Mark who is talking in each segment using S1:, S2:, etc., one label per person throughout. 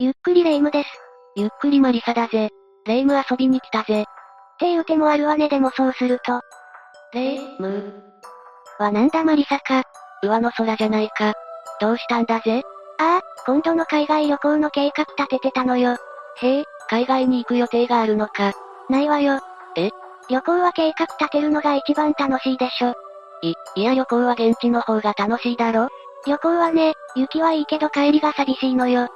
S1: ゆっくりレ夢ムです。
S2: ゆっくりマリサだぜ。レイム遊びに来たぜ。
S1: っていう手もあるわねでもそうすると、
S2: レイム
S1: はなんだマリサか。
S2: ー。上の空じゃないか。どうしたんだぜ
S1: ああ、今度の海外旅行の計画立ててたのよ。
S2: へえ、海外に行く予定があるのか。
S1: ないわよ。
S2: え
S1: 旅行は計画立てるのが一番楽しいでしょ。
S2: い、いや旅行は現地の方が楽しいだろ
S1: 旅行はね、行きはいいけど帰りが寂しいのよ。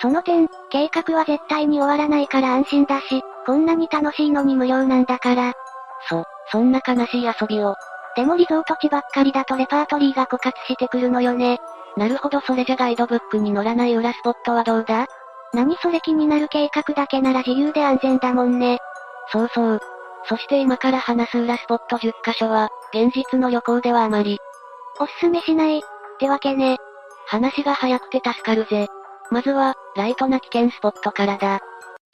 S1: その点、計画は絶対に終わらないから安心だし、こんなに楽しいのに無料なんだから。
S2: そ、そんな悲しい遊びを。
S1: でもリゾート地ばっかりだとレパートリーが枯渇してくるのよね。
S2: なるほどそれじゃガイドブックに載らない裏スポットはどうだ
S1: 何それ気になる計画だけなら自由で安全だもんね。
S2: そうそう。そして今から話す裏スポット10カ所は、現実の旅行ではあまり、
S1: おすすめしない。ってわけね。
S2: 話が早くて助かるぜ。まずは、ライトな危険スポットからだ。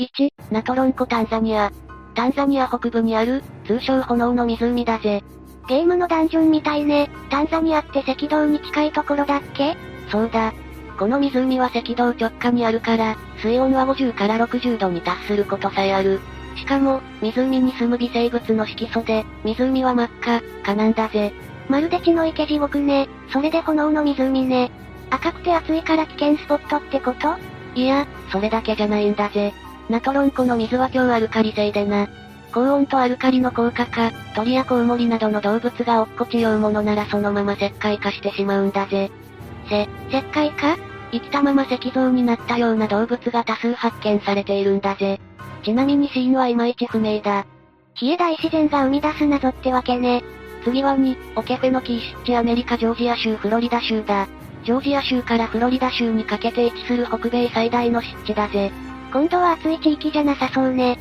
S2: 1、ナトロンコタンザニア。タンザニア北部にある、通称炎の湖だぜ。
S1: ゲームのダンジョンみたいね。タンザニアって赤道に近いところだっけ
S2: そうだ。この湖は赤道直下にあるから、水温は50から60度に達することさえある。しかも、湖に住む微生物の色素で、湖は真っ赤、かなんだぜ。
S1: まるで血の池地獄ね。それで炎の湖ね。赤くて熱いから危険スポットってこと
S2: いや、それだけじゃないんだぜ。ナトロン湖の水は強アルカリ性でな。高温とアルカリの効果か、鳥やコウモリなどの動物が落っこちようものならそのまま石灰化してしまうんだぜ。せ、
S1: 石灰か
S2: 生きたまま石像になったような動物が多数発見されているんだぜ。ちなみに死因はいまいち不明だ。
S1: 冷え大自然が生み出す謎ってわけね。
S2: 次は2、オケフェのキー湿地アメリカジョージア州フロリダ州だ。ジョージア州からフロリダ州にかけて位置する北米最大の湿地だぜ。
S1: 今度は暑い地域じゃなさそうね。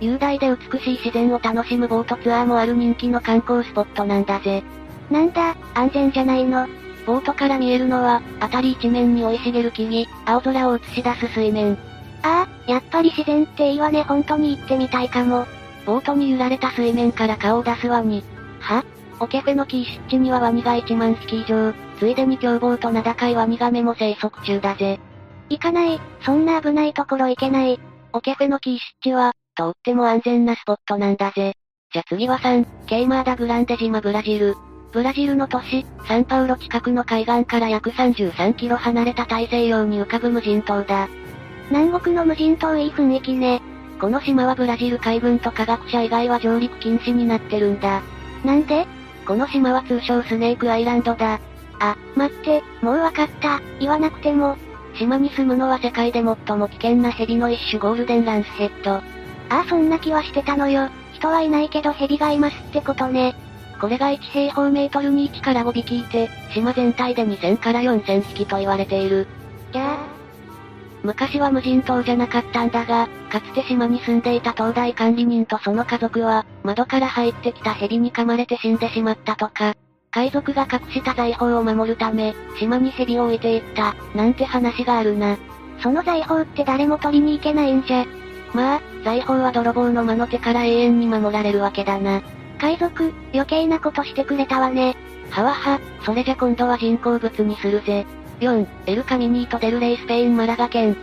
S2: 雄大で美しい自然を楽しむボートツアーもある人気の観光スポットなんだぜ。
S1: なんだ、安全じゃないの。
S2: ボートから見えるのは、辺り一面に生い茂る木々、青空を映し出す水面。
S1: ああ、やっぱり自然っていいわね本当に行ってみたいかも。
S2: ボートに揺られた水面から顔を出すワニ。はオケフェの木湿地にはワニが1万匹以上、ついでに凶暴と名高いワニガメも生息中だぜ。
S1: 行かない、そんな危ないところ行けない。
S2: オケフェの木湿地は、とっても安全なスポットなんだぜ。じゃ次は3、ケイマーダグランデ島ブラジル。ブラジルの都市、サンパウロ近くの海岸から約33キロ離れた大西洋に浮かぶ無人島だ。
S1: 南国の無人島いい雰囲気ね。
S2: この島はブラジル海軍と科学者以外は上陸禁止になってるんだ。
S1: なんで
S2: この島は通称スネークアイランドだ。
S1: あ、待って、もうわかった。言わなくても。
S2: 島に住むのは世界で最も危険なヘビの一種ゴールデンランスヘッド。
S1: ああ、そんな気はしてたのよ。人はいないけど蛇がいますってことね。
S2: これが1平方メートルに1から5匹いて、島全体で2000から4000匹と言われている。
S1: じゃあ、
S2: 昔は無人島じゃなかったんだが、かつて島に住んでいた灯台管理人とその家族は、窓から入ってきた蛇に噛まれて死んでしまったとか、海賊が隠した財宝を守るため、島に蛇を置いていった、なんて話があるな。
S1: その財宝って誰も取りに行けないんじゃ。
S2: まあ、財宝は泥棒の魔の手から永遠に守られるわけだな。
S1: 海賊、余計なことしてくれたわね。
S2: はわは、それじゃ今度は人工物にするぜ。4、エルカミニートデルレイスペインマラガ県。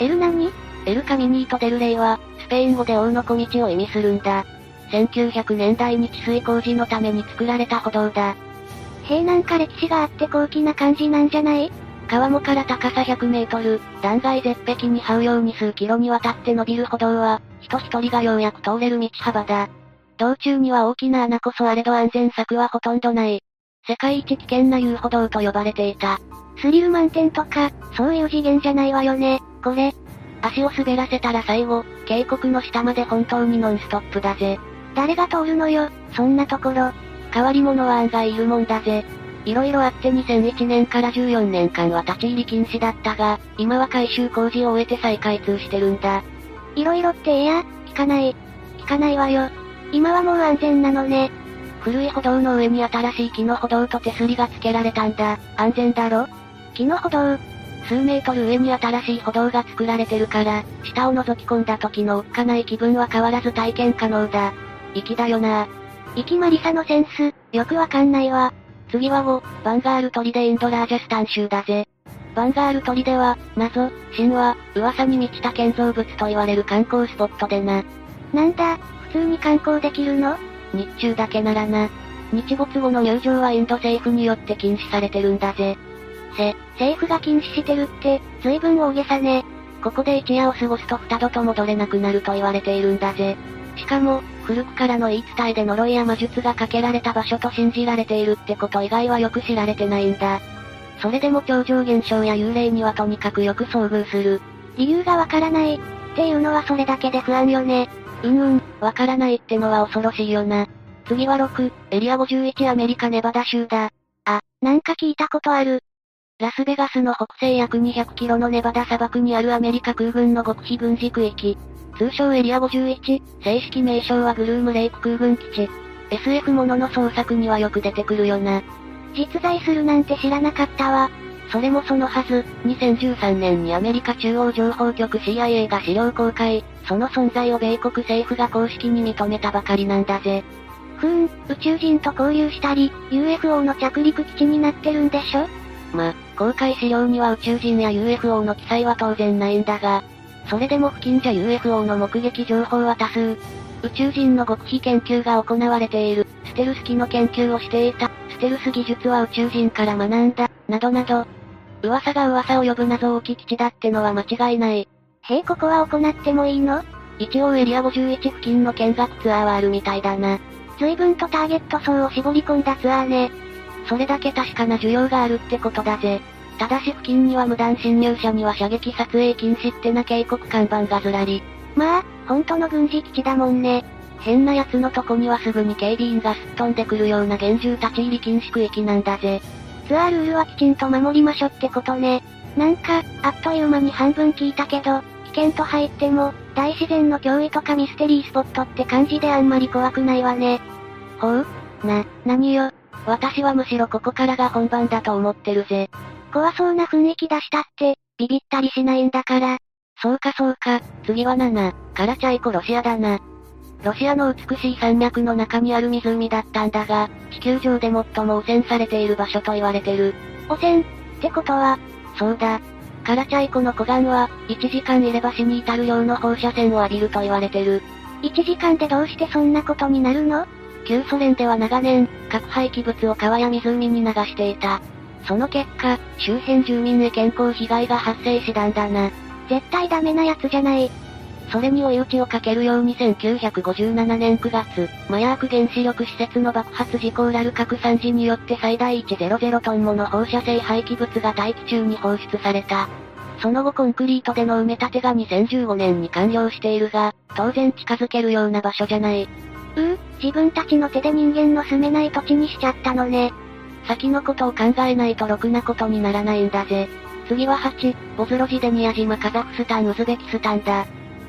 S1: エル何
S2: エルカミニートデルレイは、スペイン語で王の小道を意味するんだ。1900年代に治水工事のために作られた歩道だ。
S1: へえなんか歴史があって高貴な感じなんじゃない
S2: 川もから高さ100メートル、断崖絶壁に這うように数キロにわたって伸びる歩道は、人一人がようやく通れる道幅だ。道中には大きな穴こそあれど安全策はほとんどない。世界一危険な遊歩道と呼ばれていた。
S1: スリル満点とか、そういう次元じゃないわよね。これ、
S2: 足を滑らせたら最後、渓谷の下まで本当にノンストップだぜ。
S1: 誰が通るのよ、そんなところ。
S2: 変わり者は案外いるもんだぜ。いろいろあって2001年から14年間は立ち入り禁止だったが、今は改修工事を終えて再開通してるんだ。
S1: いろいろっていや、聞かない。聞かないわよ。今はもう安全なのね。
S2: 古い歩道の上に新しい木の歩道と手すりが付けられたんだ。安全だろ
S1: 木の歩道、
S2: 数メートル上に新しい歩道が作られてるから、下を覗き込んだ時のおっかない気分は変わらず体験可能だ。粋だよな。
S1: 行きまりさのセンス、よくわかんないわ。
S2: 次は5、バンガールトリでインドラージャスタン州だぜ。バンガール砦では、謎、神話、噂に満ちた建造物と言われる観光スポットでな。
S1: なんだ、普通に観光できるの
S2: 日中だけならな。日没後の入場はインド政府によって禁止されてるんだぜ。
S1: せ、政府が禁止してるって、随分大げさね。
S2: ここで一夜を過ごすと二度と戻れなくなると言われているんだぜ。しかも、古くからの言い伝えで呪いや魔術がかけられた場所と信じられているってこと以外はよく知られてないんだ。それでも超常現象や幽霊にはとにかくよく遭遇する。
S1: 理由がわからない。っていうのはそれだけで不安よね。
S2: うんうん、わからないってのは恐ろしいよな。次は6、エリア51アメリカネバダ州だ。
S1: なんか聞いたことある。
S2: ラスベガスの北西約200キロのネバダ砂漠にあるアメリカ空軍の極秘軍事区域。通称エリア51、正式名称はグルームレイク空軍基地。SF ものの捜索にはよく出てくるよな。
S1: 実在するなんて知らなかったわ。
S2: それもそのはず、2013年にアメリカ中央情報局 CIA が資料公開、その存在を米国政府が公式に認めたばかりなんだぜ。
S1: ふーん、宇宙人と交流したり、UFO の着陸基地になってるんでしょ
S2: ま、公開資料には宇宙人や UFO の記載は当然ないんだが、それでも付近じゃ UFO の目撃情報は多数。宇宙人の極秘研究が行われている、ステルス機の研究をしていた、ステルス技術は宇宙人から学んだ、などなど。噂が噂を呼ぶ謎多き基地だってのは間違いない。
S1: へえ、ここは行ってもいいの
S2: 一応エリア51付近の見学ツアーはあるみたいだな。
S1: 随分とターゲット層を絞り込んだツアーね。
S2: それだけ確かな需要があるってことだぜ。ただし付近には無断侵入者には射撃撮影禁止ってな警告看板がずらり。
S1: まあ、本当の軍事基地だもんね。
S2: 変な奴のとこにはすぐに警備員がすっ飛んでくるような厳重立ち入り禁止区域なんだぜ。
S1: ツアールールはきちんと守りましょってことね。なんか、あっという間に半分聞いたけど、危険と入っても、大自然の脅威とかミステリースポットって感じであんまり怖くないわね。
S2: ほうな、何よ。私はむしろここからが本番だと思ってるぜ。
S1: 怖そうな雰囲気出したって、ビビったりしないんだから。
S2: そうかそうか、次は7、カラチャイコロシアだな。ロシアの美しい山脈の中にある湖だったんだが、地球上で最も汚染されている場所と言われてる。
S1: 汚染、ってことは、
S2: そうだ。カラチャイコの湖岸は、1時間入れば死に至る量の放射線を浴びると言われてる。
S1: 1時間でどうしてそんなことになるの
S2: 旧ソ連では長年、核廃棄物を川や湖に流していた。その結果、周辺住民へ健康被害が発生したんだな。
S1: 絶対ダメなやつじゃない。
S2: それに追い打ちをかけるように1957年9月、マヤーク原子力施設の爆発事故ウラル核散時によって最大100トンもの放射性廃棄物が大気中に放出された。その後コンクリートでの埋め立てが2015年に完了しているが、当然近づけるような場所じゃない。
S1: うー、自分たちの手で人間の住めない土地にしちゃったのね。
S2: 先のことを考えないとろくなことにならないんだぜ。次は8、ボズロジデニア島カザフスタンウズベキスタンだ。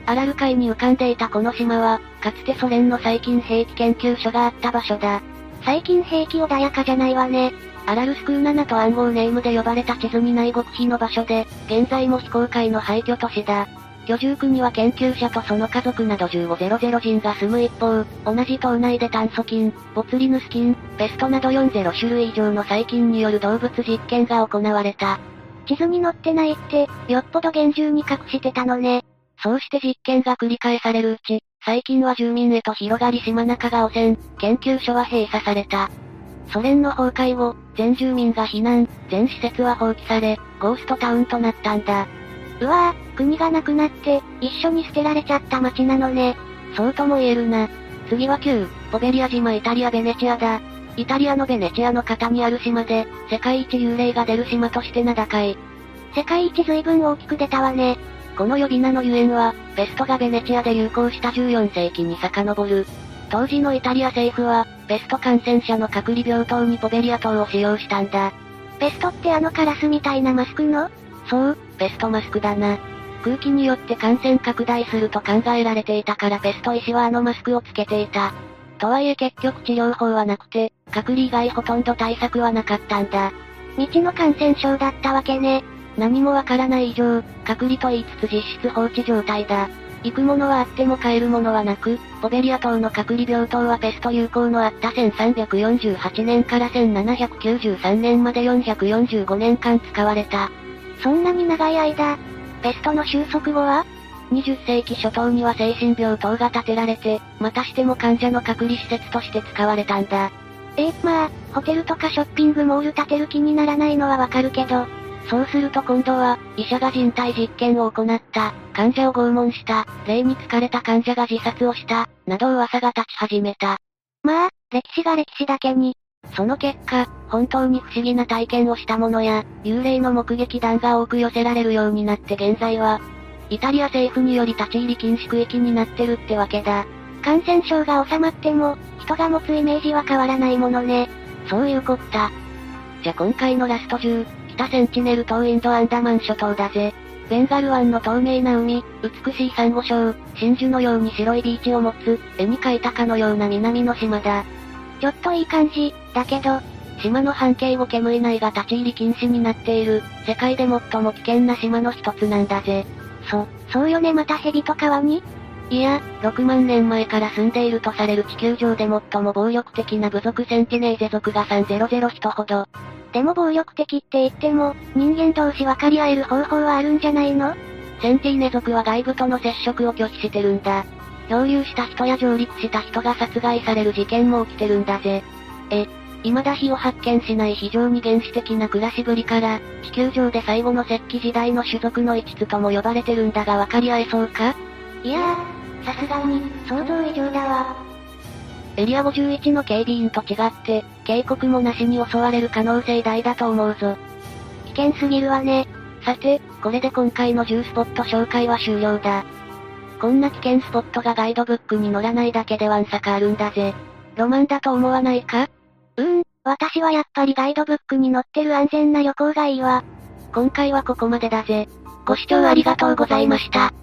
S2: アラル海に浮かんでいたこの島は、かつてソ連の最近兵器研究所があった場所だ。
S1: 最近兵器穏やかじゃないわね。
S2: アラルスクーナナと暗号ネームで呼ばれた地図にない極秘の場所で、現在も非公開の廃墟都市だ。居住区には研究者とその家族など1500人が住む一方、同じ島内で炭疽菌、ボツリヌス菌、ペストなど40種類以上の細菌による動物実験が行われた。
S1: 地図に載ってないって、よっぽど厳重に隠してたのね。
S2: そうして実験が繰り返されるうち、最近は住民へと広がり島中が汚染、研究所は閉鎖された。ソ連の崩壊後、全住民が避難、全施設は放棄され、ゴーストタウンとなったんだ。
S1: うわぁ、国がなくなって、一緒に捨てられちゃった街なのね。
S2: そうとも言えるな。次は9、ポベリア島イタリアベネチアだ。イタリアのベネチアの方にある島で、世界一幽霊が出る島として名高い。
S1: 世界一随分大きく出たわね。
S2: この呼び名のゆえんは、ペストがベネチアで流行した14世紀に遡る。当時のイタリア政府は、ペスト感染者の隔離病棟にポベリア島を使用したんだ。
S1: ベストってあのカラスみたいなマスクの
S2: そう、ペストマスクだな。空気によって感染拡大すると考えられていたからペスト医師はあのマスクをつけていた。とはいえ結局治療法はなくて、隔離以外ほとんど対策はなかったんだ。
S1: 未知の感染症だったわけね。
S2: 何もわからない以上、隔離と言いつつ実質放置状態だ。行くものはあっても帰るものはなく、ポベリア島の隔離病棟はペスト流行のあった1348年から1793年まで445年間使われた。
S1: そんなに長い間、ペストの収束後は
S2: 20世紀初頭には精神病棟が建てられて、またしても患者の隔離施設として使われたんだ。
S1: ええまあ、ホテルとかショッピングモール建てる気にならないのはわかるけど、
S2: そうすると今度は、医者が人体実験を行った、患者を拷問した、霊に疲れた患者が自殺をした、など噂が立ち始めた。
S1: まあ、歴史が歴史だけに、
S2: その結果、本当に不思議な体験をした者や、幽霊の目撃談が多く寄せられるようになって現在は、イタリア政府により立ち入り禁止区域になってるってわけだ。
S1: 感染症が収まっても、人が持つイメージは変わらないものね。
S2: そういうこった。じゃ今回のラスト10、北センチネル島インドアンダマン諸島だぜ。ベンガル湾の透明な海、美しい珊瑚礁、真珠のように白いビーチを持つ、絵に描いたかのような南の島だ。
S1: ちょっといい感じ、だけど、
S2: 島の半径5ケム以内が立ち入り禁止になっている、世界で最も危険な島の一つなんだぜ。
S1: そ、そうよねまた蛇と川に
S2: いや、6万年前から住んでいるとされる地球上で最も暴力的な部族センチネーゼ族が3001ほど。
S1: でも暴力的って言っても、人間同士分かり合える方法はあるんじゃないの
S2: センティーネ族は外部との接触を拒否してるんだ。漂流した人や上陸した人が殺害される事件も起きてるんだぜ。え、未だ火を発見しない非常に原始的な暮らしぶりから、地球上で最後の石器時代の種族の一つとも呼ばれてるんだが分かり合えそうか
S1: いやー、さすがに、想像以上だわ。
S2: エリア51の警備員と違って、警告もなしに襲われる可能性大だと思うぞ。
S1: 危険すぎるわね。
S2: さて、これで今回の10スポット紹介は終了だ。こんな危険スポットがガイドブックに載らないだけでワンサかあるんだぜ。ロマンだと思わないか
S1: うーん、私はやっぱりガイドブックに載ってる安全な旅行がいいわ。
S2: 今回はここまでだぜ。ご視聴ありがとうございました。